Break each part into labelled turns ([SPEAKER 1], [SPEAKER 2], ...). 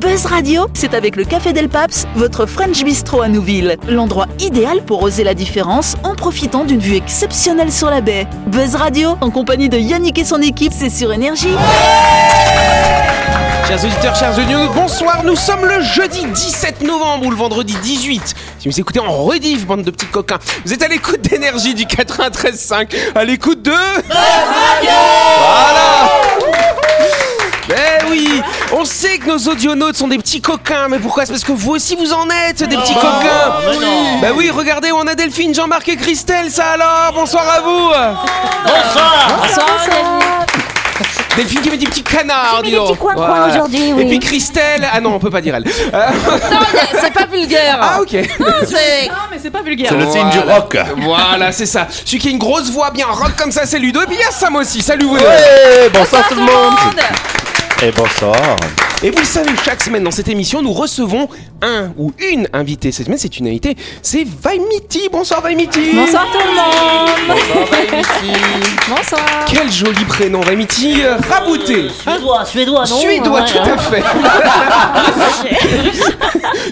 [SPEAKER 1] Buzz Radio, c'est avec le Café Del Paps, votre French Bistro à Nouville. L'endroit idéal pour oser la différence en profitant d'une vue exceptionnelle sur la baie. Buzz Radio, en compagnie de Yannick et son équipe, c'est sur Énergie.
[SPEAKER 2] Chers auditeurs, chers auditeurs, bonsoir. Nous sommes le jeudi 17 novembre ou le vendredi 18. Si vous écoutez en rediff, bande de petits coquins, vous êtes à l'écoute d'énergie du 93.5, à l'écoute de. Voilà Eh oui On sait que nos audionautes sont des petits coquins, mais pourquoi C'est parce que vous aussi vous en êtes des petits coquins
[SPEAKER 3] mais Ah, bah non.
[SPEAKER 2] Bah oui, regardez, on a Delphine, Jean-Marc et Christelle, ça alors Bonsoir à vous
[SPEAKER 3] Bonsoir
[SPEAKER 2] Delphine qui met des petits canards,
[SPEAKER 4] Qui met
[SPEAKER 2] dis
[SPEAKER 4] des petits
[SPEAKER 2] donc.
[SPEAKER 4] coins-coins
[SPEAKER 2] Voilà.
[SPEAKER 4] aujourd'hui, oui.
[SPEAKER 2] Et puis Christelle Ah non, on peut pas dire elle. Euh,
[SPEAKER 5] Non, mais c'est pas vulgaire.
[SPEAKER 2] ah ok
[SPEAKER 5] C'est-
[SPEAKER 6] mais c'est pas vulgaire.
[SPEAKER 3] C'est le signe du
[SPEAKER 2] Voilà.
[SPEAKER 3] rock.
[SPEAKER 2] Voilà, c'est ça. Celui qui a une grosse voix bien rock comme ça, c'est Ludo. Et puis il y a Sam aussi. Salut vous deux.
[SPEAKER 7] Eh,
[SPEAKER 3] Ouais, bonsoir tout le monde.
[SPEAKER 5] Monde.
[SPEAKER 3] Et bonsoir.
[SPEAKER 2] Et vous le savez, chaque semaine dans cette émission, nous recevons un ou une invitée. Cette semaine, c'est une invitée. C'est Vaimiti. Bonsoir Vaimiti.
[SPEAKER 6] Bonsoir tout le monde.
[SPEAKER 5] Bonsoir.
[SPEAKER 2] Quel joli prénom, Vaimiti. Euh, Rabouté.
[SPEAKER 8] Suédois, suédois, non
[SPEAKER 2] Suédois,
[SPEAKER 8] Ouais,
[SPEAKER 2] tout à
[SPEAKER 8] hein.
[SPEAKER 2] fait.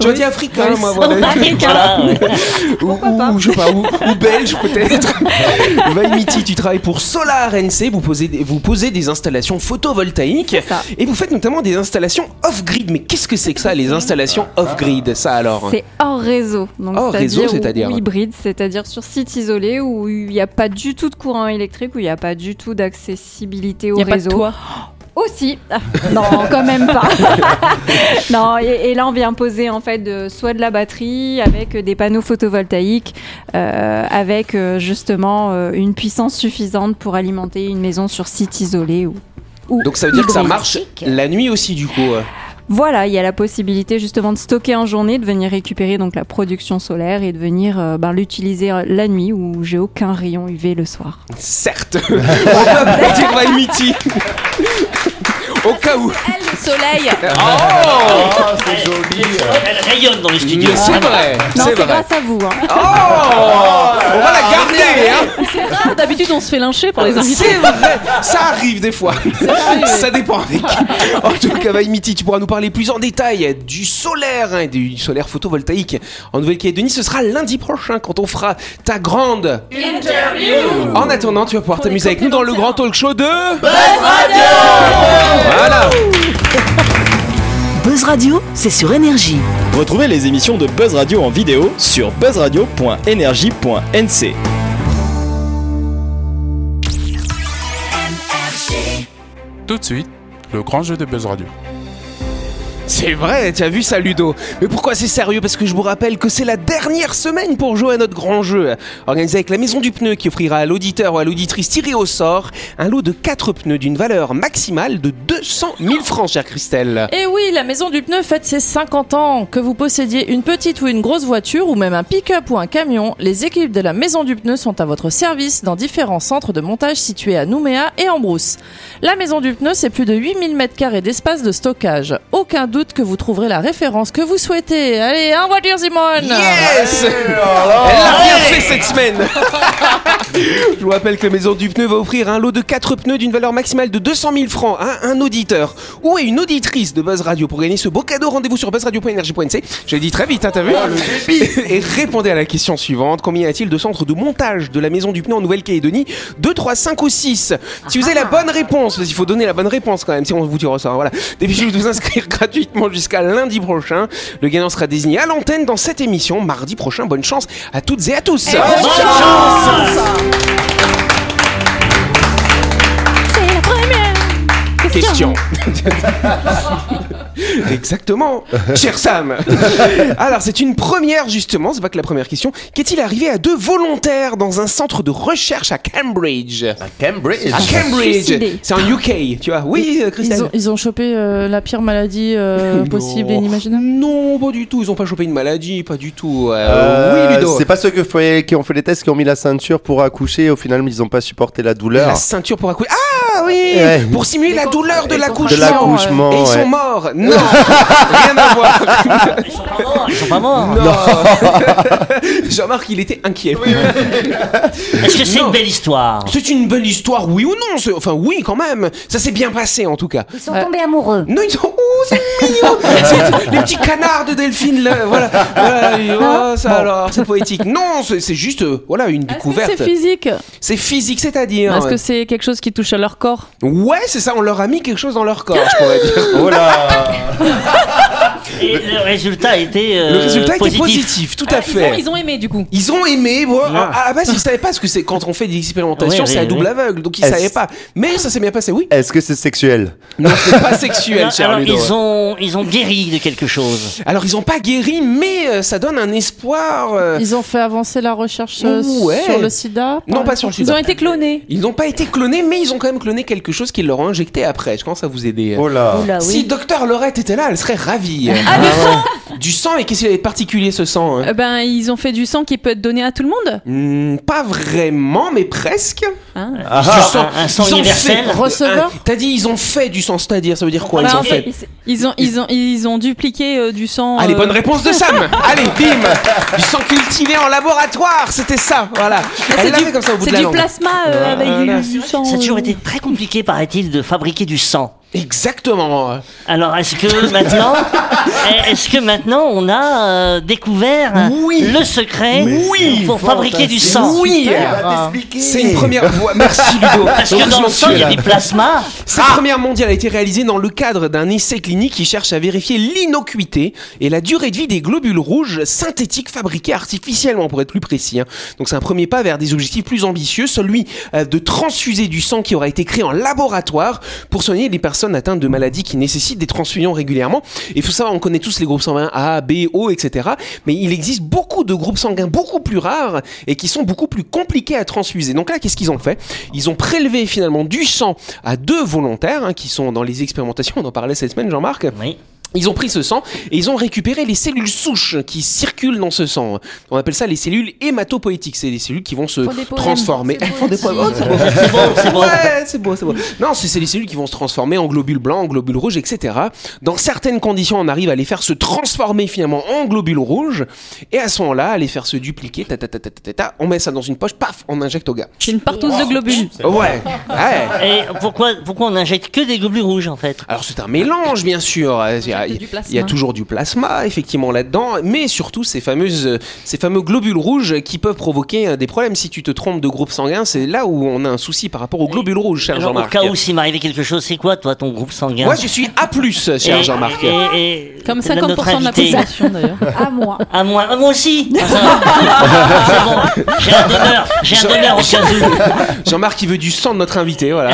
[SPEAKER 2] Je dis africain, moi. voilà.
[SPEAKER 8] Voilà, ouais.
[SPEAKER 2] ou, ou- ou, je sais pas, ou, ou belge peut-être. Vaimiti, tu travailles pour Solar NC, vous posez, des- vous posez des installations photovoltaïques
[SPEAKER 5] ça.
[SPEAKER 2] et vous faites notamment des installations off-grid. Mais qu'est-ce que c'est que ça, les installations off-grid Ça alors
[SPEAKER 5] C'est hors réseau. Donc,
[SPEAKER 2] Hors réseau, c'est-à-dire
[SPEAKER 5] ou hybride, c'est-à-dire sur site isolé où il n'y a pas du tout de courant électrique, où il n'y a pas du tout d'accessibilité au
[SPEAKER 6] Il y a pas de
[SPEAKER 5] réseau.
[SPEAKER 6] toit.
[SPEAKER 5] Aussi. Ah, non, quand même pas. non, et, et là, on vient poser en fait de, soit de la batterie avec des panneaux photovoltaïques, euh, avec euh, justement euh, une puissance suffisante pour alimenter une maison sur site isolé ou. ou
[SPEAKER 2] Donc ça veut dire que ça
[SPEAKER 5] hybride.
[SPEAKER 2] marche la nuit aussi du coup.
[SPEAKER 5] Voilà, il y a la possibilité justement de stocker en journée, de venir récupérer donc la production solaire et de venir euh, ben, l'utiliser euh, la nuit où j'ai aucun rayon UV le soir.
[SPEAKER 2] Certes, on peut applaudir Vaimiti. Au cas où.
[SPEAKER 5] Elle, le soleil
[SPEAKER 2] Oh
[SPEAKER 3] c'est joli.
[SPEAKER 8] Elle rayonne dans les studios.
[SPEAKER 2] Mais c'est vrai,
[SPEAKER 5] Non,
[SPEAKER 2] c'est
[SPEAKER 5] c'est
[SPEAKER 2] vrai.
[SPEAKER 5] grâce à vous. hein.
[SPEAKER 2] Oh On va la garder, hein
[SPEAKER 6] Ah, D'habitude, on se fait lyncher pour les invités.
[SPEAKER 2] C'est vrai, ça arrive des fois. ça dépend avec. qui. En tout cas, Vaimiti, tu pourras nous parler plus en détail du solaire, hein, du solaire photovoltaïque en Nouvelle-Calédonie. Ce sera lundi prochain quand on fera ta grande interview. En attendant, tu vas pouvoir t'amuser avec nous dans le grand talk show de Voilà.
[SPEAKER 1] Buzz Radio, c'est sur Énergie.
[SPEAKER 7] Retrouvez les émissions de Buzz Radio en vidéo sur buzzradio.energie.nc.
[SPEAKER 9] Tout de suite, le grand jeu de Buzz Radio.
[SPEAKER 2] C'est vrai, tu as vu ça Ludo. Mais pourquoi c'est sérieux Parce que je vous rappelle que c'est la dernière semaine pour jouer à notre grand jeu. Organisé avec la Maison du Pneu qui offrira à l'auditeur ou à l'auditrice tiré au sort un lot de 4 pneus d'une valeur maximale de 200 000 francs, chère Christelle.
[SPEAKER 6] Et Eh oui, la maison du pneu fête ses 50 ans. Que vous possédiez une petite ou une grosse voiture ou même un pick-up ou un camion, les équipes de la maison du pneu sont à votre service dans différents centres de montage situés à Nouméa et en Brousse. La maison du pneu, c'est plus de 8000 m2 d'espace de stockage. Aucun doute que vous trouverez la référence que vous souhaitez. Allez, en voiture Simone
[SPEAKER 2] Yes Elle n'a rien fait cette semaine Je vous rappelle que Maison du Pneu va offrir un lot de 4 pneus d'une valeur maximale de 200 000 francs à un auditeur ou à une auditrice de Buzz Radio. Pour gagner ce beau cadeau, rendez-vous sur buzzradio.energie.nc. Je l'ai dit très vite, hein, t'as vu Et répondez à la question suivante. Combien y a-t-il de centres de montage de la Maison du Pneu en Nouvelle-Calédonie 2, 3, 5 ou 6 Si vous avez la bonne réponse, parce qu'il faut donner la bonne réponse quand même, si on vous tire au sort, voilà. Dépêchez-vous de vous inscrire gratuitement jusqu'à lundi prochain. Le gagnant sera désigné à l'antenne dans cette émission mardi prochain. Bonne chance à toutes et à tous Question. Exactement, cher Sam. Alors, c'est une première, justement, c'est pas que la première question. Qu'est-il arrivé à deux volontaires dans un centre de recherche à Cambridge
[SPEAKER 3] À Cambridge.
[SPEAKER 2] À Cambridge
[SPEAKER 5] Suicidés.
[SPEAKER 2] C'est en UK, tu vois. Oui, euh, Christelle
[SPEAKER 6] Ils ont, ils ont chopé euh, la pire maladie euh, possible et
[SPEAKER 2] Non.
[SPEAKER 6] inimaginable.
[SPEAKER 2] Non, pas du tout. Ils ont pas chopé une maladie, pas du tout. Euh,
[SPEAKER 3] Euh,
[SPEAKER 2] oui, Ludo.
[SPEAKER 7] C'est pas ceux que fait- qui ont fait les tests, qui ont mis la ceinture pour accoucher. Au final, ils ont pas supporté la douleur.
[SPEAKER 2] La ceinture pour accoucher. Ah ça, oui
[SPEAKER 3] Ouais.
[SPEAKER 2] Pour simuler la douleur de
[SPEAKER 3] De
[SPEAKER 2] l'accouchement.
[SPEAKER 3] l'accouchement.
[SPEAKER 2] Et ils
[SPEAKER 3] ouais.
[SPEAKER 2] sont morts Non Rien à voir
[SPEAKER 8] Ah, Ils sont pas morts, ils sont pas morts.
[SPEAKER 2] Non Jean-Marc, il était inquiet.
[SPEAKER 8] Est-ce que c'est
[SPEAKER 2] Non.
[SPEAKER 8] une belle histoire
[SPEAKER 2] C'est une belle histoire, oui ou non c'est- Enfin, oui, quand même. Ça s'est bien passé, en tout cas.
[SPEAKER 4] Ils sont tombés amoureux.
[SPEAKER 2] Non, ils sont. Ouh, c'est mignon C'est- Les petits canards de Delphine, là. Voilà. Voilà, et,
[SPEAKER 10] Hein?
[SPEAKER 2] oh, ça alors, c'est poétique. Non, c'est c'est juste, euh, voilà, une
[SPEAKER 10] Est-ce que
[SPEAKER 2] découverte.
[SPEAKER 10] Ah, c'est physique
[SPEAKER 2] C'est physique, c'est-à-dire.
[SPEAKER 10] Est-ce que c'est quelque chose qui touche à leur corps
[SPEAKER 2] Ouais, c'est ça, on leur a mis quelque chose dans leur corps, je pourrais dire.
[SPEAKER 3] Oh là
[SPEAKER 8] Et le résultat était euh,
[SPEAKER 2] Le résultat
[SPEAKER 8] positif.
[SPEAKER 2] était positif, tout
[SPEAKER 10] Ah,
[SPEAKER 2] à fait.
[SPEAKER 10] Ils ont, ils ont aimé du coup.
[SPEAKER 2] Ils ont aimé. Bon,
[SPEAKER 8] Ah.
[SPEAKER 2] À à la base, ils savaient pas ce que c'est. Quand on fait des expérimentations,
[SPEAKER 8] Oui,
[SPEAKER 2] c'est à
[SPEAKER 8] oui,
[SPEAKER 2] double
[SPEAKER 8] oui.
[SPEAKER 2] aveugle, donc ils
[SPEAKER 3] Est-ce-
[SPEAKER 2] savaient pas. Mais ça s'est bien passé, oui.
[SPEAKER 3] Est-ce que c'est sexuel
[SPEAKER 2] Non, c'est pas
[SPEAKER 8] Alors,
[SPEAKER 2] sexuel, cher
[SPEAKER 8] Eh ben, alors,
[SPEAKER 2] Ludo.
[SPEAKER 8] ils, ont, ils ont guéri de quelque chose.
[SPEAKER 2] Alors, ils ont pas guéri, mais euh, ça donne un espoir. euh,
[SPEAKER 6] Ils ont fait avancer la recherche euh,
[SPEAKER 2] Ouais.
[SPEAKER 6] sur le sida par
[SPEAKER 2] Non, pas
[SPEAKER 6] exemple
[SPEAKER 2] sur le
[SPEAKER 10] Ils
[SPEAKER 2] sida.
[SPEAKER 10] ont été clonés.
[SPEAKER 2] Ils n'ont pas été clonés, mais ils ont quand même cloné quelque chose qu'ils leur ont injecté après. Je commence à vous aider.
[SPEAKER 3] Oh là
[SPEAKER 11] Ah
[SPEAKER 4] Oula, oui.
[SPEAKER 2] Ah. Si Docteur Laurette était là, elle serait ravie. Ah, du sang Du sang, et qu'est-ce qu'il y a de particulier ce sang hein
[SPEAKER 10] Euh, Ben, ils ont fait du sang qui peut être donné à tout le monde.
[SPEAKER 2] Hmm, Pas vraiment, mais presque.
[SPEAKER 10] Hein
[SPEAKER 3] Ah,
[SPEAKER 2] Du
[SPEAKER 3] ah.
[SPEAKER 2] sang-
[SPEAKER 8] un- un sang
[SPEAKER 2] ils ont
[SPEAKER 8] universel.
[SPEAKER 2] fait-
[SPEAKER 6] Receveur
[SPEAKER 2] un- T'as dit ils ont fait du sang, c'est-à-dire ça veut dire quoi
[SPEAKER 6] Ah
[SPEAKER 10] Bah,
[SPEAKER 2] ils
[SPEAKER 10] en
[SPEAKER 2] ont
[SPEAKER 10] fait,
[SPEAKER 2] fait Ah,
[SPEAKER 10] Ils ont, ils ont, ils ont dupliqué euh, du sang.
[SPEAKER 2] Allez,
[SPEAKER 10] euh,
[SPEAKER 2] bonne réponse de Sam Allez, bim Du sang cultivé en laboratoire, c'était ça, voilà. Elle l'avait comme ça au bout de
[SPEAKER 10] C'est
[SPEAKER 2] la
[SPEAKER 10] du
[SPEAKER 2] langue.
[SPEAKER 10] plasma euh, avec
[SPEAKER 2] Voilà.
[SPEAKER 10] du, du sang.
[SPEAKER 8] Ça a toujours
[SPEAKER 10] euh,
[SPEAKER 8] été très compliqué, paraît-il, de fabriquer du sang.
[SPEAKER 2] Exactement.
[SPEAKER 8] Alors, est-ce que maintenant, est-ce que maintenant on a euh, découvert
[SPEAKER 2] Oui.
[SPEAKER 8] le secret pour fabriquer du sang
[SPEAKER 2] Oui Ah. C'est une première voix. Merci Ludo.
[SPEAKER 8] Parce que dans
[SPEAKER 2] Heureusement
[SPEAKER 8] le Ah. sang, il
[SPEAKER 2] tu
[SPEAKER 8] y
[SPEAKER 2] es
[SPEAKER 8] a
[SPEAKER 2] là.
[SPEAKER 8] du plasma.
[SPEAKER 2] Cette première mondiale a été réalisée dans le cadre d'un essai clinique qui cherche à vérifier l'innocuité et la durée de vie des globules rouges synthétiques fabriqués artificiellement, pour être plus précis. hein. Donc c'est un premier pas vers des objectifs plus ambitieux, celui euh, de transfuser du sang qui aura été créé en laboratoire pour soigner les personnes atteintes de maladies qui nécessitent des transfusions régulièrement. Et faut savoir, on connaît tous les groupes sanguins A, B, O, etc. Mais il existe beaucoup de groupes sanguins beaucoup plus rares et qui sont beaucoup plus compliqués à transfuser. Donc là, qu'est-ce qu'ils ont fait Ils ont prélevé finalement du sang à deux volontaires hein, qui sont dans les expérimentations. On en parlait cette semaine, Jean-Marc.
[SPEAKER 8] Oui.
[SPEAKER 2] Ils ont pris ce sang et ils ont récupéré les cellules souches qui circulent dans ce sang. On appelle ça les cellules hématopoïtiques. C'est des cellules qui vont se
[SPEAKER 10] des poèmes.
[SPEAKER 2] transformer.
[SPEAKER 10] C'est
[SPEAKER 2] Elles font des poèmes. Oh, c'est beau.
[SPEAKER 8] C'est bon, c'est bon.
[SPEAKER 2] Ouais, c'est beau, c'est beau. Non, c'est c'est les cellules qui vont se transformer en globules blancs, en globules rouges, etc. Dans certaines conditions, on arrive à les faire se transformer finalement en globules rouges. Et à ce moment-là, à les faire se dupliquer. Ta, ta, ta, ta, ta, ta, ta. on met ça dans une poche, paf, on injecte au gars.
[SPEAKER 10] C'est une partouze de globules.
[SPEAKER 2] Ouais, ouais.
[SPEAKER 8] Et pourquoi, pourquoi on injecte que des globules rouges en fait
[SPEAKER 2] Alors c'est un mélange bien sûr, Euh, il y, a,
[SPEAKER 10] Injecte du
[SPEAKER 2] il y a
[SPEAKER 10] plasma.
[SPEAKER 2] toujours du plasma effectivement là-dedans, mais surtout ces, fameuses, euh, ces fameux globules rouges qui peuvent provoquer euh, des problèmes si tu te trompes de groupe sanguin, c'est là où on a un souci par rapport aux globules rouges cher
[SPEAKER 8] Alors, Au
[SPEAKER 2] Jean-Marc.
[SPEAKER 8] cas où s'il m'arrivait quelque chose, c'est quoi toi ton groupe sanguin
[SPEAKER 2] Moi je suis A ⁇
[SPEAKER 8] Et-
[SPEAKER 2] cher Jean-Marc.
[SPEAKER 8] et- et-
[SPEAKER 10] Comme
[SPEAKER 8] notre
[SPEAKER 10] 50% de la
[SPEAKER 8] invité.
[SPEAKER 10] population d'ailleurs.
[SPEAKER 4] À moi.
[SPEAKER 8] Ah moi, ah, moi aussi C'est bon, j'ai un donneur, j'ai un donneur au cas où.
[SPEAKER 2] Jean-Marc il veut du sang de notre invité, voilà.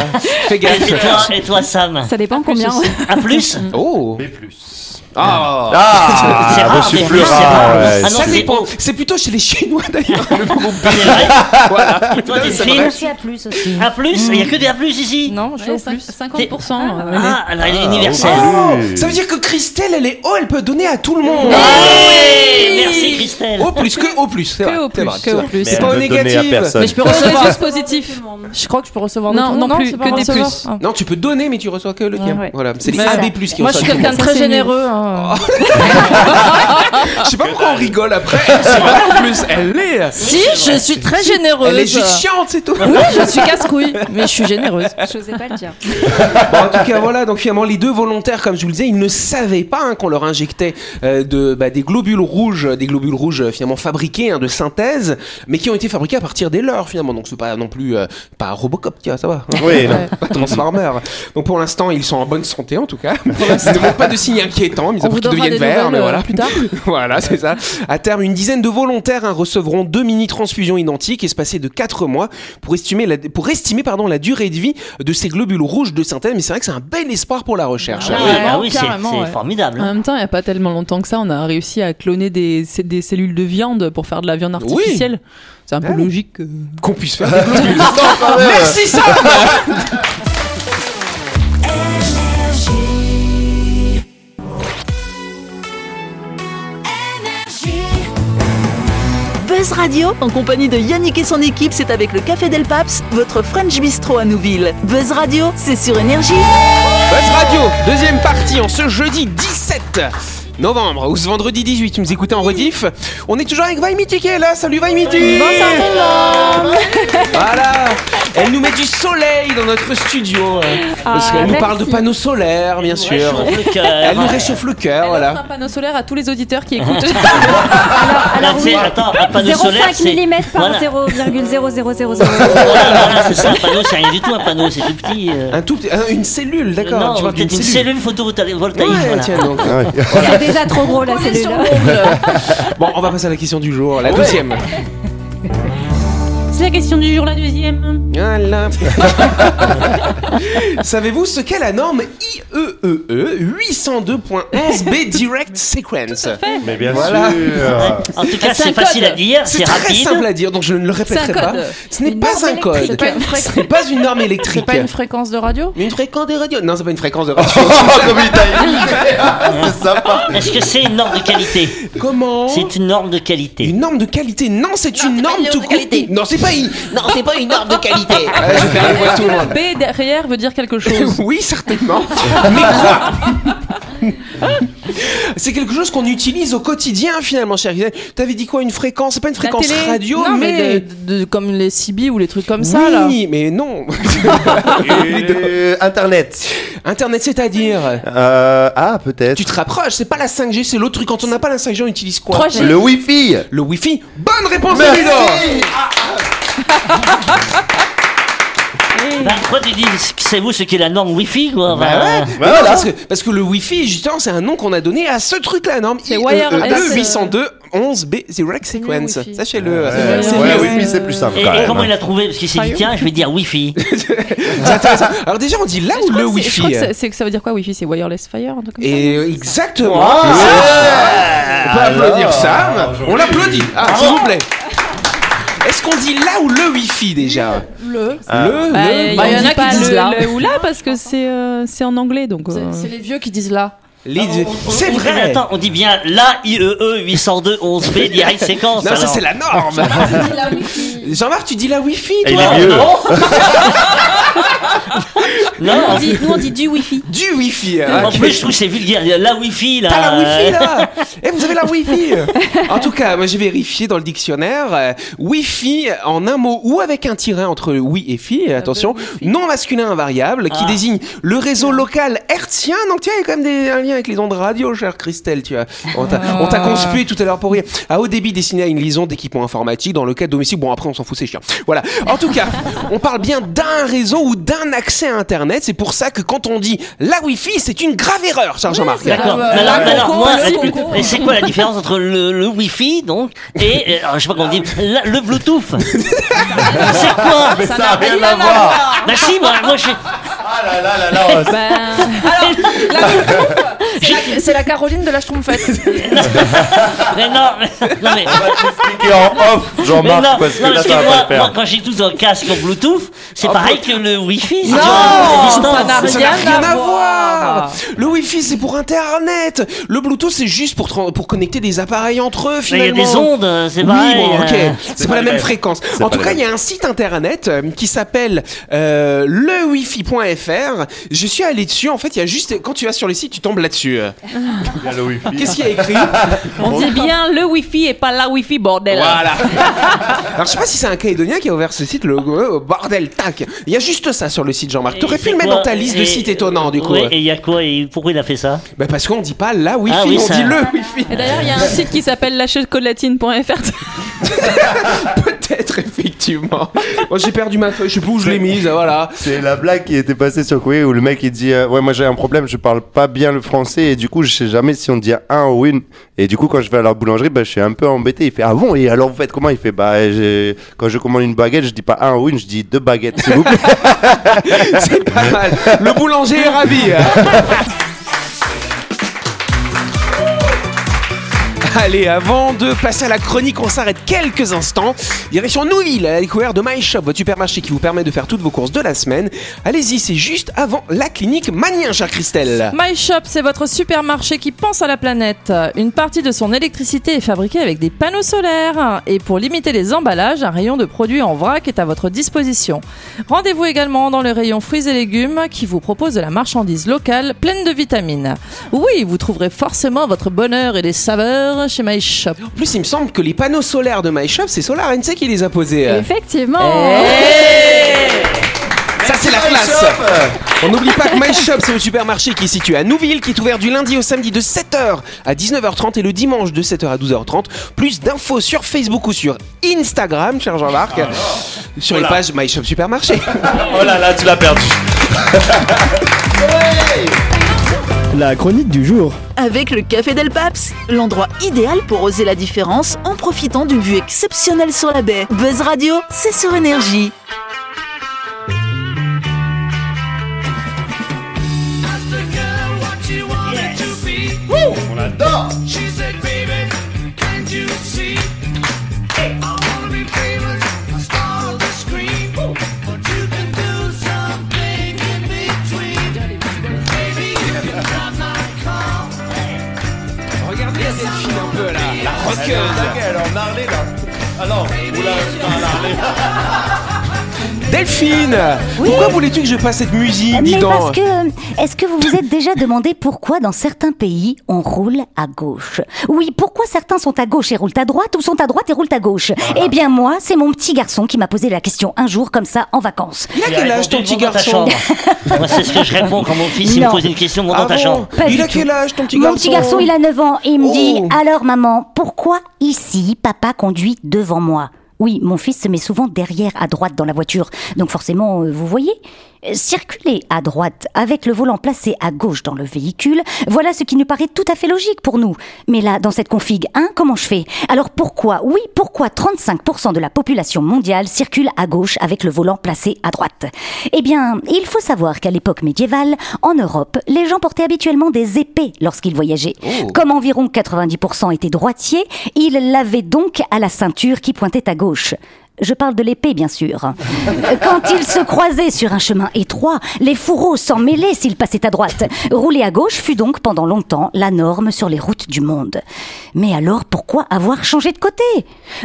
[SPEAKER 2] Fais
[SPEAKER 8] Et
[SPEAKER 2] gaffe.
[SPEAKER 8] toi, et toi Sam
[SPEAKER 5] Ça dépend combien.
[SPEAKER 8] À plus
[SPEAKER 2] Oh
[SPEAKER 3] plus.
[SPEAKER 2] Ah.
[SPEAKER 3] Ah
[SPEAKER 8] C'est
[SPEAKER 3] Je
[SPEAKER 8] rare,
[SPEAKER 3] suis
[SPEAKER 8] mais
[SPEAKER 3] plus
[SPEAKER 8] c'est
[SPEAKER 3] rare.
[SPEAKER 8] rare.
[SPEAKER 3] ouais.
[SPEAKER 8] Ah non,
[SPEAKER 2] Ça
[SPEAKER 8] c'est-
[SPEAKER 2] dépend, c'est plutôt chez les Chinois d'ailleurs.
[SPEAKER 8] C'est vrai
[SPEAKER 2] Voilà.
[SPEAKER 8] Et toi
[SPEAKER 2] Non, c'est
[SPEAKER 8] Delphine
[SPEAKER 2] vrai.
[SPEAKER 4] Merci à plus aussi.
[SPEAKER 2] Ah,
[SPEAKER 8] A plus Il n'y a que des A plus ici
[SPEAKER 6] Non, je suis
[SPEAKER 10] Ouais,
[SPEAKER 6] au
[SPEAKER 10] cin-
[SPEAKER 6] plus.
[SPEAKER 10] 50%. euh,
[SPEAKER 8] Ah, alors il est universel
[SPEAKER 2] Oh,
[SPEAKER 3] Oui.
[SPEAKER 2] ça veut dire que Christelle elle est haut, elle peut donner à tout le monde.
[SPEAKER 8] Eh, Merci Christelle
[SPEAKER 2] Au plus que au plus, c'est vrai.
[SPEAKER 10] Que au
[SPEAKER 2] c'est
[SPEAKER 10] plus,
[SPEAKER 2] vrai,
[SPEAKER 10] que
[SPEAKER 2] c'est
[SPEAKER 10] au
[SPEAKER 2] vrai.
[SPEAKER 10] plus.
[SPEAKER 2] C'est
[SPEAKER 3] Mais
[SPEAKER 2] pas
[SPEAKER 3] elle
[SPEAKER 2] au
[SPEAKER 3] veut donner à
[SPEAKER 2] négatif.
[SPEAKER 3] personne.
[SPEAKER 6] Mais je peux
[SPEAKER 10] Pour
[SPEAKER 6] recevoir.
[SPEAKER 10] juste positif.
[SPEAKER 6] Je crois que je peux recevoir
[SPEAKER 10] Non,
[SPEAKER 6] notre-
[SPEAKER 10] non plus,
[SPEAKER 6] c'est pas
[SPEAKER 10] que des
[SPEAKER 6] recevoir.
[SPEAKER 10] plus.
[SPEAKER 6] Ah.
[SPEAKER 2] Non, tu peux donner, mais tu reçois que le tien.
[SPEAKER 10] Ouais.
[SPEAKER 2] Voilà, c'est les
[SPEAKER 10] Mais
[SPEAKER 2] AB+
[SPEAKER 10] ça.
[SPEAKER 2] qui
[SPEAKER 6] Bah, Moi, je
[SPEAKER 2] reçoivent.
[SPEAKER 6] suis quelqu'un de
[SPEAKER 10] Ça,
[SPEAKER 6] très
[SPEAKER 10] c'est
[SPEAKER 6] généreux. hein.
[SPEAKER 2] Oh, Je sais pas pourquoi on rigole après. C'est vrai en plus, elle est.
[SPEAKER 6] Si, je suis très généreuse.
[SPEAKER 2] Elle est juste chiante, c'est tout.
[SPEAKER 6] Oui, je suis casse-couille, mais je suis généreuse.
[SPEAKER 5] Je n'osais pas le dire.
[SPEAKER 2] Bon, en tout cas, voilà. Donc finalement, les deux volontaires, comme je vous le disais, ils ne savaient pas hein, qu'on leur injectait euh, de, bah, des globules rouges, euh, des globules rouges euh, finalement fabriqués hein, de synthèse, mais qui ont été fabriqués à partir des leurs finalement. Donc c'est pas non plus euh, pas Robocop, tiens, ça va. hein.
[SPEAKER 3] Oui, non.
[SPEAKER 2] Pas Transformer. Donc pour l'instant, ils sont en bonne santé en tout cas. Ils ne montrent pas de signes inquiétants, mis à
[SPEAKER 6] On
[SPEAKER 2] part
[SPEAKER 6] vous
[SPEAKER 2] qu'ils
[SPEAKER 6] donnera
[SPEAKER 2] deviennent
[SPEAKER 6] des
[SPEAKER 2] verts,
[SPEAKER 6] nouvelles
[SPEAKER 2] mais
[SPEAKER 6] euh,
[SPEAKER 2] voilà.
[SPEAKER 6] plus tard.
[SPEAKER 2] voilà, c'est ça. À terme, une dizaine de volontaires hein, recevront deux mini-transfusions identiques espacées de 4 mois pour estimer, la, pour estimer pardon, la durée de vie de ces globules rouges de synthèse. Mais c'est vrai que c'est un bel espoir pour la recherche. hein.
[SPEAKER 8] Ah oui,
[SPEAKER 6] Ouais,
[SPEAKER 8] bah oui, c'est
[SPEAKER 6] carrément,
[SPEAKER 8] c'est
[SPEAKER 6] ouais.
[SPEAKER 10] En
[SPEAKER 8] formidable hein.
[SPEAKER 10] même temps, il n'y a pas tellement longtemps que ça, on a réussi à cloner des, c'est des cellules de viande pour faire de la viande
[SPEAKER 2] Oui.
[SPEAKER 10] artificielle. C'est un peu
[SPEAKER 2] Ah.
[SPEAKER 10] logique. que-
[SPEAKER 2] Qu'on puisse faire des globules. Merci Sam
[SPEAKER 1] Buzz Radio. Radio, en compagnie de Yannick et son équipe, c'est avec le Café Del Paps, votre French Bistro à Nouville. Buzz Radio, c'est sur Énergie.
[SPEAKER 2] Buzz Radio, deuxième partie en ce jeudi 17 novembre ou ce vendredi 18, vous nous écoutez en rediff. On est toujours avec Vaimiti qui est là, salut Vaimiti Voilà Elle nous met du soleil dans notre studio, hein, parce
[SPEAKER 5] Ah,
[SPEAKER 2] qu'elle nous
[SPEAKER 5] merci.
[SPEAKER 2] parle de panneaux solaires bien sûr.
[SPEAKER 8] Réchauffe le cœur.
[SPEAKER 2] Elle nous réchauffe le cœur, voilà.
[SPEAKER 6] panneau solaire à tous les auditeurs qui écoutent.
[SPEAKER 8] Là, bah, tu sais, attends, un panneau solaire,
[SPEAKER 5] 0,5
[SPEAKER 8] c'est. Oh
[SPEAKER 5] mm par
[SPEAKER 8] Voilà.
[SPEAKER 5] 0,0000.
[SPEAKER 8] Voilà, voilà, c'est ça, un panneau, c'est rien du tout, un panneau, c'est tout petit. euh.
[SPEAKER 2] Un tout, petit- un- une cellule, Ah, d'accord.
[SPEAKER 8] non,
[SPEAKER 2] tu parles
[SPEAKER 8] peut-être une cellule photovoltaïque.
[SPEAKER 2] Ouais,
[SPEAKER 8] voilà.
[SPEAKER 2] tiens donc.
[SPEAKER 3] Ah ouais.
[SPEAKER 5] C'est déjà trop gros là, c'est
[SPEAKER 2] Bon, on va passer à la question du jour, la deuxième.
[SPEAKER 4] C'est la question du jour, la deuxième.
[SPEAKER 2] Voilà. Savez-vous ce qu'est la norme E IEEE 802.11b Direct Sequence
[SPEAKER 3] Mais bien
[SPEAKER 2] Voilà.
[SPEAKER 3] sûr.
[SPEAKER 8] En tout cas,
[SPEAKER 6] C'est un
[SPEAKER 8] c'est facile
[SPEAKER 6] code.
[SPEAKER 8] à dire,
[SPEAKER 2] Ah, C'est
[SPEAKER 8] c'est
[SPEAKER 2] très
[SPEAKER 8] rapide.
[SPEAKER 2] simple à dire, donc je ne le répéterai
[SPEAKER 6] C'est un
[SPEAKER 2] pas.
[SPEAKER 6] code.
[SPEAKER 2] Ce n'est
[SPEAKER 5] Une
[SPEAKER 2] pas
[SPEAKER 5] norme
[SPEAKER 2] un code.
[SPEAKER 5] électrique.
[SPEAKER 6] pas une fréquence.
[SPEAKER 2] Ce n'est pas une norme électrique.
[SPEAKER 6] C'est pas une fréquence de radio
[SPEAKER 2] Mais une fréquence de radio. Non, c'est pas une fréquence de radio.
[SPEAKER 3] Comme il t'a écouté. C'est sympa.
[SPEAKER 8] Est-ce que c'est une norme de qualité
[SPEAKER 2] Comment
[SPEAKER 8] C'est une norme de qualité.
[SPEAKER 2] Une norme de qualité Non, c'est une norme tout court.
[SPEAKER 8] qualité.
[SPEAKER 2] Non, c'est pas une.
[SPEAKER 8] Non, c'est pas une norme de qualité.
[SPEAKER 2] Ouais, je vais faire les voix à tout le monde.
[SPEAKER 6] B derrière veut dire quelque chose.
[SPEAKER 2] oui, certainement. Mais quoi C'est quelque chose qu'on utilise au quotidien finalement, cher Gisèle. T'avais dit quoi Une fréquence C'est pas une fréquence
[SPEAKER 6] La télé
[SPEAKER 2] radio,
[SPEAKER 6] Non,
[SPEAKER 2] mais.
[SPEAKER 6] de- de- comme les CB ou les trucs comme ça là.
[SPEAKER 2] oui, mais non.
[SPEAKER 3] Euh, Internet.
[SPEAKER 2] Internet, c'est-à-dire.
[SPEAKER 3] Euh, ah, peut-être.
[SPEAKER 2] Tu te rapproches, c'est pas la 5G, c'est l'autre truc. Quand on n'a pas la 5G, on utilise quoi
[SPEAKER 6] 3G.
[SPEAKER 3] Le Wi-Fi.
[SPEAKER 2] Le Wi-Fi. Bonne réponse, Ludo
[SPEAKER 3] Merci.
[SPEAKER 8] Bah, pourquoi tu dis, savez-vous ce qu'est la norme Wi-Fi quoi Bah,
[SPEAKER 2] Mais non,
[SPEAKER 3] Voilà.
[SPEAKER 2] parce, que, parce que le Wi-Fi, justement, c'est un nom qu'on a donné à ce truc-là, Euh, norme.
[SPEAKER 6] C'est wireless,
[SPEAKER 2] 802 11B Direct Sequence.
[SPEAKER 6] Wi-Fi.
[SPEAKER 2] Sachez-le.
[SPEAKER 3] Ouais,
[SPEAKER 2] C'est
[SPEAKER 3] ouais,
[SPEAKER 2] mieux.
[SPEAKER 3] Wi-Fi, c'est plus simple
[SPEAKER 8] Et,
[SPEAKER 3] quand
[SPEAKER 8] et
[SPEAKER 3] même.
[SPEAKER 8] comment il a trouvé Parce qu'il s'est dit, tiens, je vais dire Wi-Fi.
[SPEAKER 2] Attends, attends. Alors déjà, on dit là ou le
[SPEAKER 6] Je crois
[SPEAKER 2] Wi-Fi euh.
[SPEAKER 6] que c'est- c'est que ça veut dire quoi Wi-Fi C'est wireless fire un truc comme ça
[SPEAKER 2] Et euh, exactement.
[SPEAKER 3] Ouais.
[SPEAKER 2] On peut applaudir
[SPEAKER 3] Alors,
[SPEAKER 2] Sam.
[SPEAKER 3] je-
[SPEAKER 2] On l'applaudit. Ah, s'il vous plaît. Est-ce qu'on dit là ou le Wi-Fi déjà
[SPEAKER 6] Le.
[SPEAKER 3] Ah.
[SPEAKER 2] Le,
[SPEAKER 10] Bah,
[SPEAKER 2] le,
[SPEAKER 10] y-
[SPEAKER 6] Bah,
[SPEAKER 10] on
[SPEAKER 6] y en
[SPEAKER 10] dit
[SPEAKER 6] a qui
[SPEAKER 10] pas
[SPEAKER 6] disent
[SPEAKER 10] le-
[SPEAKER 6] là.
[SPEAKER 10] le ou là parce que c'est euh, c'est en anglais donc. euh,
[SPEAKER 6] C'est- C'est les vieux qui disent là.
[SPEAKER 2] les
[SPEAKER 8] On- on- on-
[SPEAKER 2] C'est
[SPEAKER 8] on- mais
[SPEAKER 2] vrai.
[SPEAKER 8] attends, on dit bien la IEE 802 11B direct séquence.
[SPEAKER 2] Non, ça
[SPEAKER 8] alors.
[SPEAKER 2] c'est la norme. Jean-Marc, tu dis la Wi-Fi
[SPEAKER 8] Eh,
[SPEAKER 3] Et il
[SPEAKER 2] toi
[SPEAKER 3] est vieux.
[SPEAKER 8] Non, en,
[SPEAKER 4] nous on dit du wifi.
[SPEAKER 2] Du Wi-Fi.
[SPEAKER 8] en
[SPEAKER 2] hein.
[SPEAKER 8] plus, je trouve que c'est vulgaire. Il y a La Wi-Fi là.
[SPEAKER 2] T'as la Wi-Fi là Eh, vous avez la Wi-Fi En tout cas, moi j'ai vérifié dans le dictionnaire. euh, Wi-Fi en un mot ou avec un tiret entre oui et fi, attention, non masculin invariable, qui
[SPEAKER 8] Ah.
[SPEAKER 2] désigne le réseau local hertzien. Donc tiens, il y a quand même des, un lien avec les ondes radio, chère Christelle, tu vois. On t'a on t'a conspué tout à l'heure pour rire. À haut débit destiné à une liaison d'équipements informatiques dans le cadre domicile. Bon, après on s'en fout, c'est chiant. Voilà. En tout cas, on parle bien d'un réseau ou d'un accès à Internet. C'est pour ça que quand on dit la Wi-Fi, c'est une grave erreur, cher Jean-Marc.
[SPEAKER 8] Euh, D'accord.
[SPEAKER 6] Ah,
[SPEAKER 8] Mais
[SPEAKER 6] bah,
[SPEAKER 8] alors,
[SPEAKER 6] le
[SPEAKER 8] mais alors,
[SPEAKER 6] concours,
[SPEAKER 8] moi,
[SPEAKER 6] le
[SPEAKER 8] mais-
[SPEAKER 6] concours.
[SPEAKER 8] mais c'est quoi la différence entre le, le Wi-Fi donc et euh, alors, je sais pas comment on dit la- le Bluetooth C'est quoi
[SPEAKER 3] Ah, Mais ça n'a rien à voir.
[SPEAKER 8] Bah si, moi, moi j'ai
[SPEAKER 3] Ah là là là là.
[SPEAKER 11] Ben, Ah
[SPEAKER 6] C'est la Caroline de la Schtroumpfette.
[SPEAKER 8] mais non, mais, non mais.
[SPEAKER 3] On va t'expliquer en off,
[SPEAKER 8] mais non,
[SPEAKER 3] Jean-Marc, parce que
[SPEAKER 8] non,
[SPEAKER 3] là,
[SPEAKER 8] parce que
[SPEAKER 3] ça va pas
[SPEAKER 8] moi,
[SPEAKER 3] le faire.
[SPEAKER 8] moi, quand j'ai tout un casque en Bluetooth, c'est pareil que le Wi-Fi. c'est
[SPEAKER 2] Non,
[SPEAKER 8] toujours à distance.
[SPEAKER 6] ça n'a
[SPEAKER 2] ça n'a
[SPEAKER 6] rien
[SPEAKER 2] rien
[SPEAKER 6] à
[SPEAKER 2] à voir. Le Wi-Fi c'est pour Internet. Le Bluetooth c'est juste pour tran- pour connecter des appareils entre eux
[SPEAKER 8] Mais Il y a
[SPEAKER 2] finalement.
[SPEAKER 8] des ondes, euh, c'est
[SPEAKER 2] Oui,
[SPEAKER 8] pareil.
[SPEAKER 2] bon, ok.
[SPEAKER 8] euh.
[SPEAKER 2] C'est pas la même fréquence. En
[SPEAKER 3] pas
[SPEAKER 2] tout
[SPEAKER 3] la
[SPEAKER 2] cas,
[SPEAKER 3] même.
[SPEAKER 2] il y a un site internet euh, qui s'appelle euh, lewifi.fr. Je suis allé dessus. En fait, il y a juste quand tu vas sur le site, tu tombes là-dessus.
[SPEAKER 3] Il y a le Wi-Fi.
[SPEAKER 2] Qu'est-ce qu'il y a écrit
[SPEAKER 4] On dit bien le wifi et pas la wifi, bordel.
[SPEAKER 2] Voilà. Alors, je sais pas si c'est un Calédonien qui a ouvert ce site. Le euh, bordel, tac. Il y a juste ça sur le site, Jean-Marc. T'aurais
[SPEAKER 8] Et
[SPEAKER 2] pu le
[SPEAKER 8] c'est
[SPEAKER 2] mettre
[SPEAKER 8] quoi
[SPEAKER 2] dans ta liste de
[SPEAKER 8] Et-
[SPEAKER 2] sites étonnants, du coup.
[SPEAKER 8] Ouais, et il y a quoi et Pourquoi il a fait ça
[SPEAKER 2] Bah, parce qu'on dit pas la Wi-Fi,
[SPEAKER 8] Ah oui,
[SPEAKER 2] on
[SPEAKER 8] ça-
[SPEAKER 2] dit le Wi-Fi.
[SPEAKER 10] Et d'ailleurs, il y a un site qui s'appelle lachecolatine.fr.
[SPEAKER 2] Peut-être, effectivement. Moi, j'ai perdu ma feuille, je sais plus où je l'ai mise, voilà.
[SPEAKER 3] C'est la blague qui était passée sur Koei où le mec il dit euh, Ouais, moi j'ai un problème, je parle pas bien le français et du coup je sais jamais si on dit un ou une. Et du coup, quand je vais à la boulangerie, bah, je suis un peu embêté. Il fait Ah bon Et alors vous faites comment Il fait Bah, j'ai- quand je commande une baguette, je dis pas un ou une, je dis deux baguettes, s'il vous plaît.
[SPEAKER 2] C'est pas mal. Le boulanger est hein. ravi. Allez, avant de passer à la chronique, on s'arrête quelques instants. Direction Nouville, à la découverte de My Shop, votre supermarché qui vous permet de faire toutes vos courses de la semaine. Allez-y, c'est juste avant la clinique Manien, chère Christelle.
[SPEAKER 6] My Shop, c'est votre supermarché qui pense à la planète. Une partie de son électricité est fabriquée avec des panneaux solaires. Et pour limiter les emballages, un rayon de produits en vrac est à votre disposition. Rendez-vous également dans le rayon fruits et légumes qui vous propose de la marchandise locale pleine de vitamines. Oui, vous trouverez forcément votre bonheur et les saveurs chez My Shop.
[SPEAKER 2] En plus, il me semble que les panneaux solaires de My Shop, c'est Solar NC qui les a posés.
[SPEAKER 5] Effectivement.
[SPEAKER 8] Eh,
[SPEAKER 2] Ça, c'est la
[SPEAKER 3] Merci, My
[SPEAKER 2] classe.
[SPEAKER 3] Shop.
[SPEAKER 2] On n'oublie pas que My Shop, c'est le supermarché qui est situé à Nouville, qui est ouvert du lundi au samedi de 7h à 19h30 et le dimanche de 7h à 12h30. Plus d'infos sur Facebook ou sur Instagram, cher Jean-Marc, sur les pages My Shop Supermarché.
[SPEAKER 7] Oh là là, tu l'as perdu. La chronique du jour.
[SPEAKER 1] Avec le Café Del Paps, l'endroit idéal pour oser la différence en profitant d'une vue exceptionnelle sur la baie. Buzz Radio, c'est sur énergie.
[SPEAKER 12] On l'adore. She said, baby, can't you see? I wanna be famous, a star on the screen. But you can do something in between. Baby, you can drive my car.
[SPEAKER 2] Regardez la Delphine un peu là, la rockeuse.
[SPEAKER 12] Elle est en Harley, là. Ah non, oula, c'est pas en Harley.
[SPEAKER 2] Delphine Pourquoi voulais-tu que je passe cette musique, dis
[SPEAKER 11] Mais
[SPEAKER 2] donc
[SPEAKER 11] parce que, euh, est-ce que vous vous êtes déjà demandé pourquoi dans certains pays on roule à gauche Oui, pourquoi certains sont à gauche et roulent à droite ou sont à droite et roulent à gauche Eh bien moi, c'est mon petit garçon qui m'a posé la question un jour comme ça en vacances.
[SPEAKER 2] Il a quel âge ton petit
[SPEAKER 8] Monte dans ta
[SPEAKER 2] garçon
[SPEAKER 8] chambre. Moi, c'est ce que je réponds quand mon fils il me
[SPEAKER 11] Non.
[SPEAKER 8] pose une question monte dans ta
[SPEAKER 2] Ah bon
[SPEAKER 8] chambre.
[SPEAKER 11] Pas
[SPEAKER 2] Il
[SPEAKER 11] du
[SPEAKER 2] a
[SPEAKER 11] tout.
[SPEAKER 2] quel âge ton petit garçon
[SPEAKER 11] Mon petit garçon, il a 9 ans et il me dit
[SPEAKER 2] Oh.
[SPEAKER 11] Alors, maman, pourquoi ici papa conduit devant moi Oui, mon fils se met souvent derrière à droite dans la voiture. Donc, forcément, euh, vous voyez euh, Circuler à droite avec le volant placé à gauche dans le véhicule, voilà ce qui nous paraît tout à fait logique pour nous. Mais là, dans cette config, hein, comment je fais Alors pourquoi, oui, pourquoi 35% de la population mondiale circule à gauche avec le volant placé à droite Eh bien, il faut savoir qu'à l'époque médiévale, en Europe, les gens portaient habituellement des épées lorsqu'ils voyageaient. Comme environ 90% étaient droitiers, ils l'avaient donc à la ceinture qui pointait à gauche. Je parle de l'épée, bien sûr. Quand ils se croisaient sur un chemin étroit, les fourreaux s'en mêlaient s'ils passaient à droite. Rouler à gauche fut donc pendant longtemps la norme sur les routes du monde. Mais alors pourquoi avoir changé de côté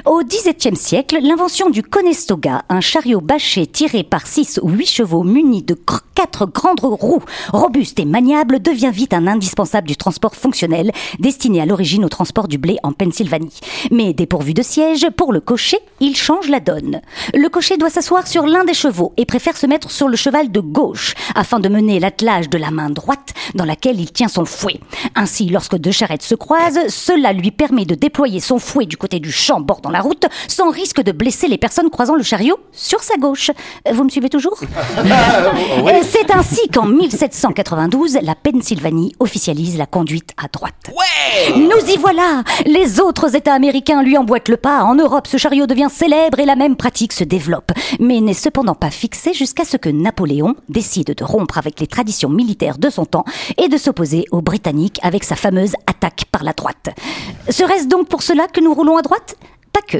[SPEAKER 11] Au XVIIe siècle, l'invention du Conestoga, un chariot bâché tiré par six ou huit chevaux munis de cr- quatre grandes roues, robuste et maniable, devient vite un indispensable du transport fonctionnel, destiné à l'origine au transport du blé en Pennsylvanie. Mais dépourvu de siège, pour le cocher, il change la donne. Le cocher doit s'asseoir sur l'un des chevaux et préfère se mettre sur le cheval de gauche afin de mener l'attelage de la main droite dans laquelle il tient son fouet. Ainsi, lorsque deux charrettes se croisent, cela lui permet de déployer son fouet du côté du champ bordant la route sans risque de blesser les personnes croisant le chariot sur sa gauche. Euh, Vous me suivez toujours Euh, C'est ainsi qu'en 1792, la Pennsylvanie officialise la conduite à droite. Nous y voilà Les autres États américains lui emboîtent le pas. En Europe, ce chariot devient célèbre et la même pratique se développe, mais n'est cependant pas fixée jusqu'à ce que Napoléon décide de rompre avec les traditions militaires de son temps et de s'opposer aux Britanniques avec sa fameuse attaque par la droite. Serait-ce donc pour cela que nous roulons à droite pas que.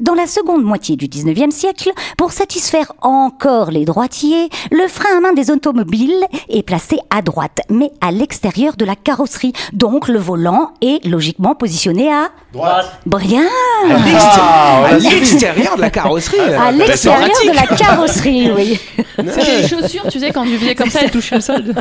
[SPEAKER 11] Dans la seconde moitié du 19e siècle, pour satisfaire encore les droitiers, le frein à main des automobiles est placé à droite, mais à l'extérieur de la carrosserie. Donc le volant est logiquement positionné à
[SPEAKER 12] Droite.
[SPEAKER 11] Bien
[SPEAKER 2] À l'extérieur-
[SPEAKER 3] on
[SPEAKER 2] à
[SPEAKER 3] l'a
[SPEAKER 2] l'extérieur de la carrosserie
[SPEAKER 11] À l'extérieur
[SPEAKER 2] Ah, Euh, bah, C'est
[SPEAKER 11] de la
[SPEAKER 2] pratique.
[SPEAKER 11] carrosserie, oui.
[SPEAKER 10] C'est les chaussures, tu sais, quand tu faisais comme ça, elles touchaient le sol.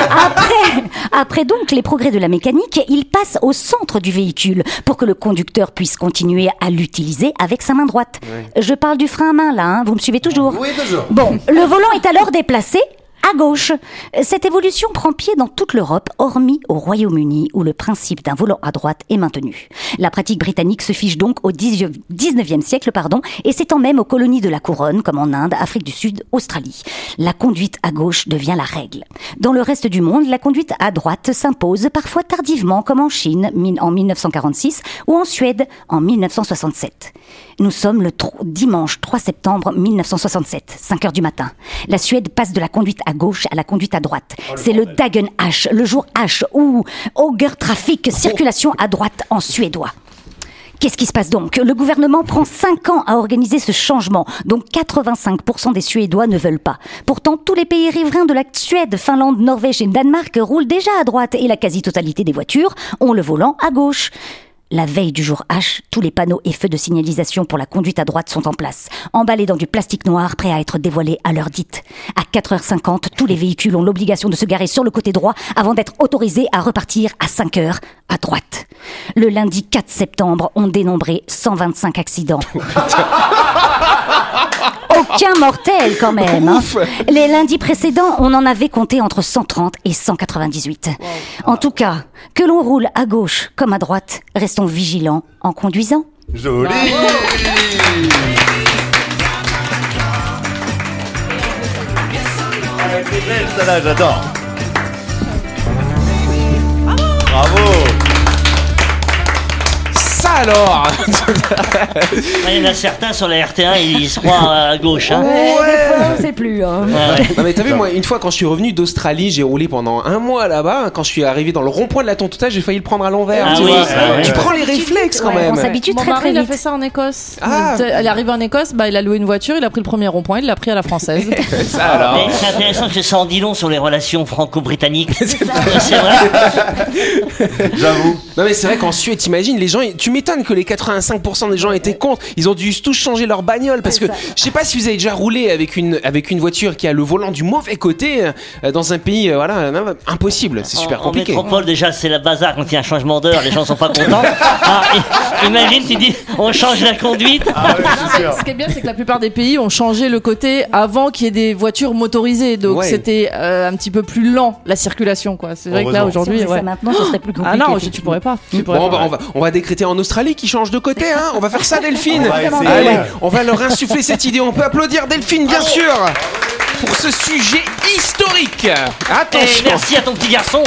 [SPEAKER 11] Après, après donc les progrès de la mécanique, il passe au centre du véhicule pour que le conducteur puisse continuer à l'utiliser avec sa main droite. Je parle du frein à main là, hein, vous me suivez toujours
[SPEAKER 12] Oui, toujours.
[SPEAKER 11] Bon, le volant est alors déplacé à gauche. Cette évolution prend pied dans toute l'Europe, hormis au Royaume-Uni, où le principe d'un volant à droite est maintenu. La pratique britannique se fiche donc au 19e 19e siècle pardon, et s'étend même aux colonies de la couronne, comme en Inde, Afrique du Sud, Australie. La conduite à gauche devient la règle. Dans le reste du monde, la conduite à droite s'impose parfois tardivement, comme en Chine min- en 1946 ou en Suède en 1967. Nous sommes le tro- dimanche 3 septembre 1967, 5 heures du matin. La Suède passe de la conduite à gauche à la conduite à droite. C'est le Dagen H, le jour H, ou Auger Trafic, circulation à droite en suédois. Qu'est-ce qui se passe donc Le gouvernement prend 5 ans à organiser ce changement, donc 85% des Suédois ne veulent pas. Pourtant, tous les pays riverains de la Suède, Finlande, Norvège et Danemark roulent déjà à droite et la quasi-totalité des voitures ont le volant à gauche. La veille du jour H, tous les panneaux et feux de signalisation pour la conduite à droite sont en place, emballés dans du plastique noir prêt à être dévoilés à l'heure dite. À 4h50, tous les véhicules ont l'obligation de se garer sur le côté droit avant d'être autorisés à repartir à 5h à droite. Le lundi 4 septembre, on dénombrait 125 accidents. Aucun mortel quand même. hein.
[SPEAKER 12] Ouf.
[SPEAKER 11] Les lundis précédents, on en avait compté entre 130 et 198. En tout cas, que l'on roule à gauche comme à droite, restons vigilants en conduisant.
[SPEAKER 3] Joli Elle était belle, celle-là, j'adore Bravo
[SPEAKER 2] Ça alors
[SPEAKER 8] Il y en a certains sur la RT1, ils se croient à gauche. Hein.
[SPEAKER 5] on sait plus. hein.
[SPEAKER 2] Non mais t'as vu moi une fois quand je suis revenu d'Australie j'ai roulé pendant un mois là-bas quand je suis arrivé dans le rond-point de la tontouta j'ai failli le prendre à l'envers
[SPEAKER 8] Ah
[SPEAKER 2] tu
[SPEAKER 8] oui,
[SPEAKER 2] vois.
[SPEAKER 8] ah oui.
[SPEAKER 2] tu prends les
[SPEAKER 6] Ouais.
[SPEAKER 2] réflexes quand
[SPEAKER 6] Ouais,
[SPEAKER 2] même
[SPEAKER 6] On s'habitue
[SPEAKER 11] Mon
[SPEAKER 6] très
[SPEAKER 11] mari,
[SPEAKER 6] très
[SPEAKER 11] il a
[SPEAKER 6] vite.
[SPEAKER 11] fait
[SPEAKER 6] ça en Écosse.
[SPEAKER 2] Ah.
[SPEAKER 6] Il est arrivé en Écosse, bah, il a loué une voiture, il a pris le premier rond-point, il l'a pris à la française.
[SPEAKER 2] Ça alors
[SPEAKER 8] Mais C'est intéressant que ça en dit long sur les relations franco-britanniques. C'est vrai.
[SPEAKER 3] J'avoue
[SPEAKER 2] Non mais c'est vrai qu'en Suède t'imagines les gens tu m'étonnes que les 85% des gens étaient contre ils ont dû tous changer leur bagnole parce que je sais pas si vous avez déjà roulé avec une avec une voiture qui a le volant du mauvais côté euh, dans un pays euh, voilà euh, impossible c'est super
[SPEAKER 8] En
[SPEAKER 2] compliqué
[SPEAKER 8] métropole, déjà, c'est la bazar quand il y a un changement d'heure, les gens sont pas contents. Ah, i- imagine, tu dis, on change la conduite.
[SPEAKER 3] Ah,
[SPEAKER 6] Ce qui est bien, c'est que la plupart des pays ont changé le côté avant qu'il y ait des voitures motorisées, donc
[SPEAKER 8] Ouais.
[SPEAKER 6] c'était euh, un petit peu plus lent la circulation, quoi. C'est vrai que là
[SPEAKER 2] Heureusement.
[SPEAKER 6] aujourd'hui,
[SPEAKER 11] Si on faisait
[SPEAKER 6] ouais.
[SPEAKER 11] ça maintenant, ce serait plus
[SPEAKER 6] Ah
[SPEAKER 11] compliqué,
[SPEAKER 6] non, tu
[SPEAKER 11] effectivement.
[SPEAKER 6] pourrais pas. Tu pourrais
[SPEAKER 2] Bon,
[SPEAKER 6] pas.
[SPEAKER 2] bah, on, va, on va décréter en Australie qui change de côté, hein On va faire ça, Delphine
[SPEAKER 6] On va essayer.
[SPEAKER 2] Allez, on va leur insuffler cette idée. On peut applaudir Delphine, bien sûr Pour ce sujet historique Attention
[SPEAKER 8] Et Eh, merci à ton petit garçon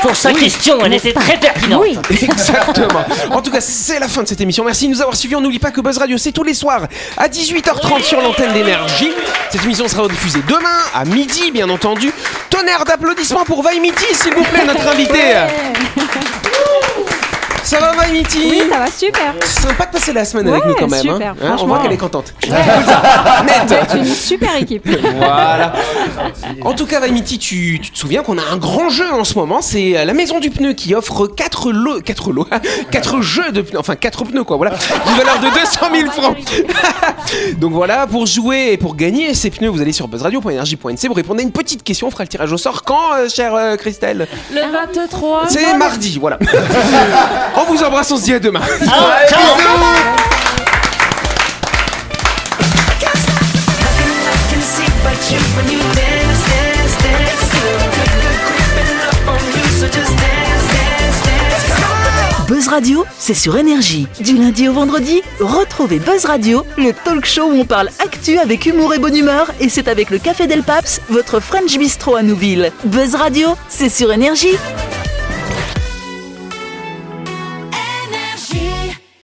[SPEAKER 8] pour sa
[SPEAKER 2] Oui.
[SPEAKER 8] question, elle était très
[SPEAKER 11] Ah
[SPEAKER 8] pertinente.
[SPEAKER 2] Exactement. En tout cas, c'est la fin de cette émission. Merci de nous avoir suivis. On n'oublie pas que Buzz Radio, c'est tous les soirs à 18h30 sur l'antenne d'énergie. Cette émission sera diffusée demain à midi, bien entendu. Tonnerre d'applaudissements pour Vaimiti, s'il vous plaît, notre invité. Ça va, Vaimiti
[SPEAKER 5] Oui, ça va super.
[SPEAKER 2] C'est sympa de passer la semaine avec
[SPEAKER 5] Ouais,
[SPEAKER 2] nous quand même. hein.
[SPEAKER 5] super,
[SPEAKER 2] Hein, on
[SPEAKER 5] franchement.
[SPEAKER 2] voit qu'elle est contente.
[SPEAKER 5] Vous
[SPEAKER 2] Net.
[SPEAKER 5] êtes une super équipe.
[SPEAKER 2] Voilà. En tout cas, Vaimiti, tu, tu te souviens qu'on a un grand jeu en ce moment. C'est euh, la Maison du Pneu qui offre 4 lots, 4 lots, 4 jeux de pneus, enfin 4 pneus quoi, voilà, d'une valeur de 200 000 francs. Donc voilà, pour jouer et pour gagner ces pneus, vous allez sur buzzradio.energie.nc, vous répondez à une petite question, on fera le tirage au sort quand, euh, chère euh, Christelle
[SPEAKER 6] Le 23.
[SPEAKER 2] C'est mardi, voilà. on vous embrasse, on se dit à demain.
[SPEAKER 8] Ah,
[SPEAKER 1] Buzz Radio, c'est sur énergie. Du lundi au vendredi, retrouvez Buzz Radio, le talk show où on parle actu avec humour et bonne humeur et c'est avec le Café Del Paps, votre French Bistro à Nouville. Buzz Radio, c'est sur énergie.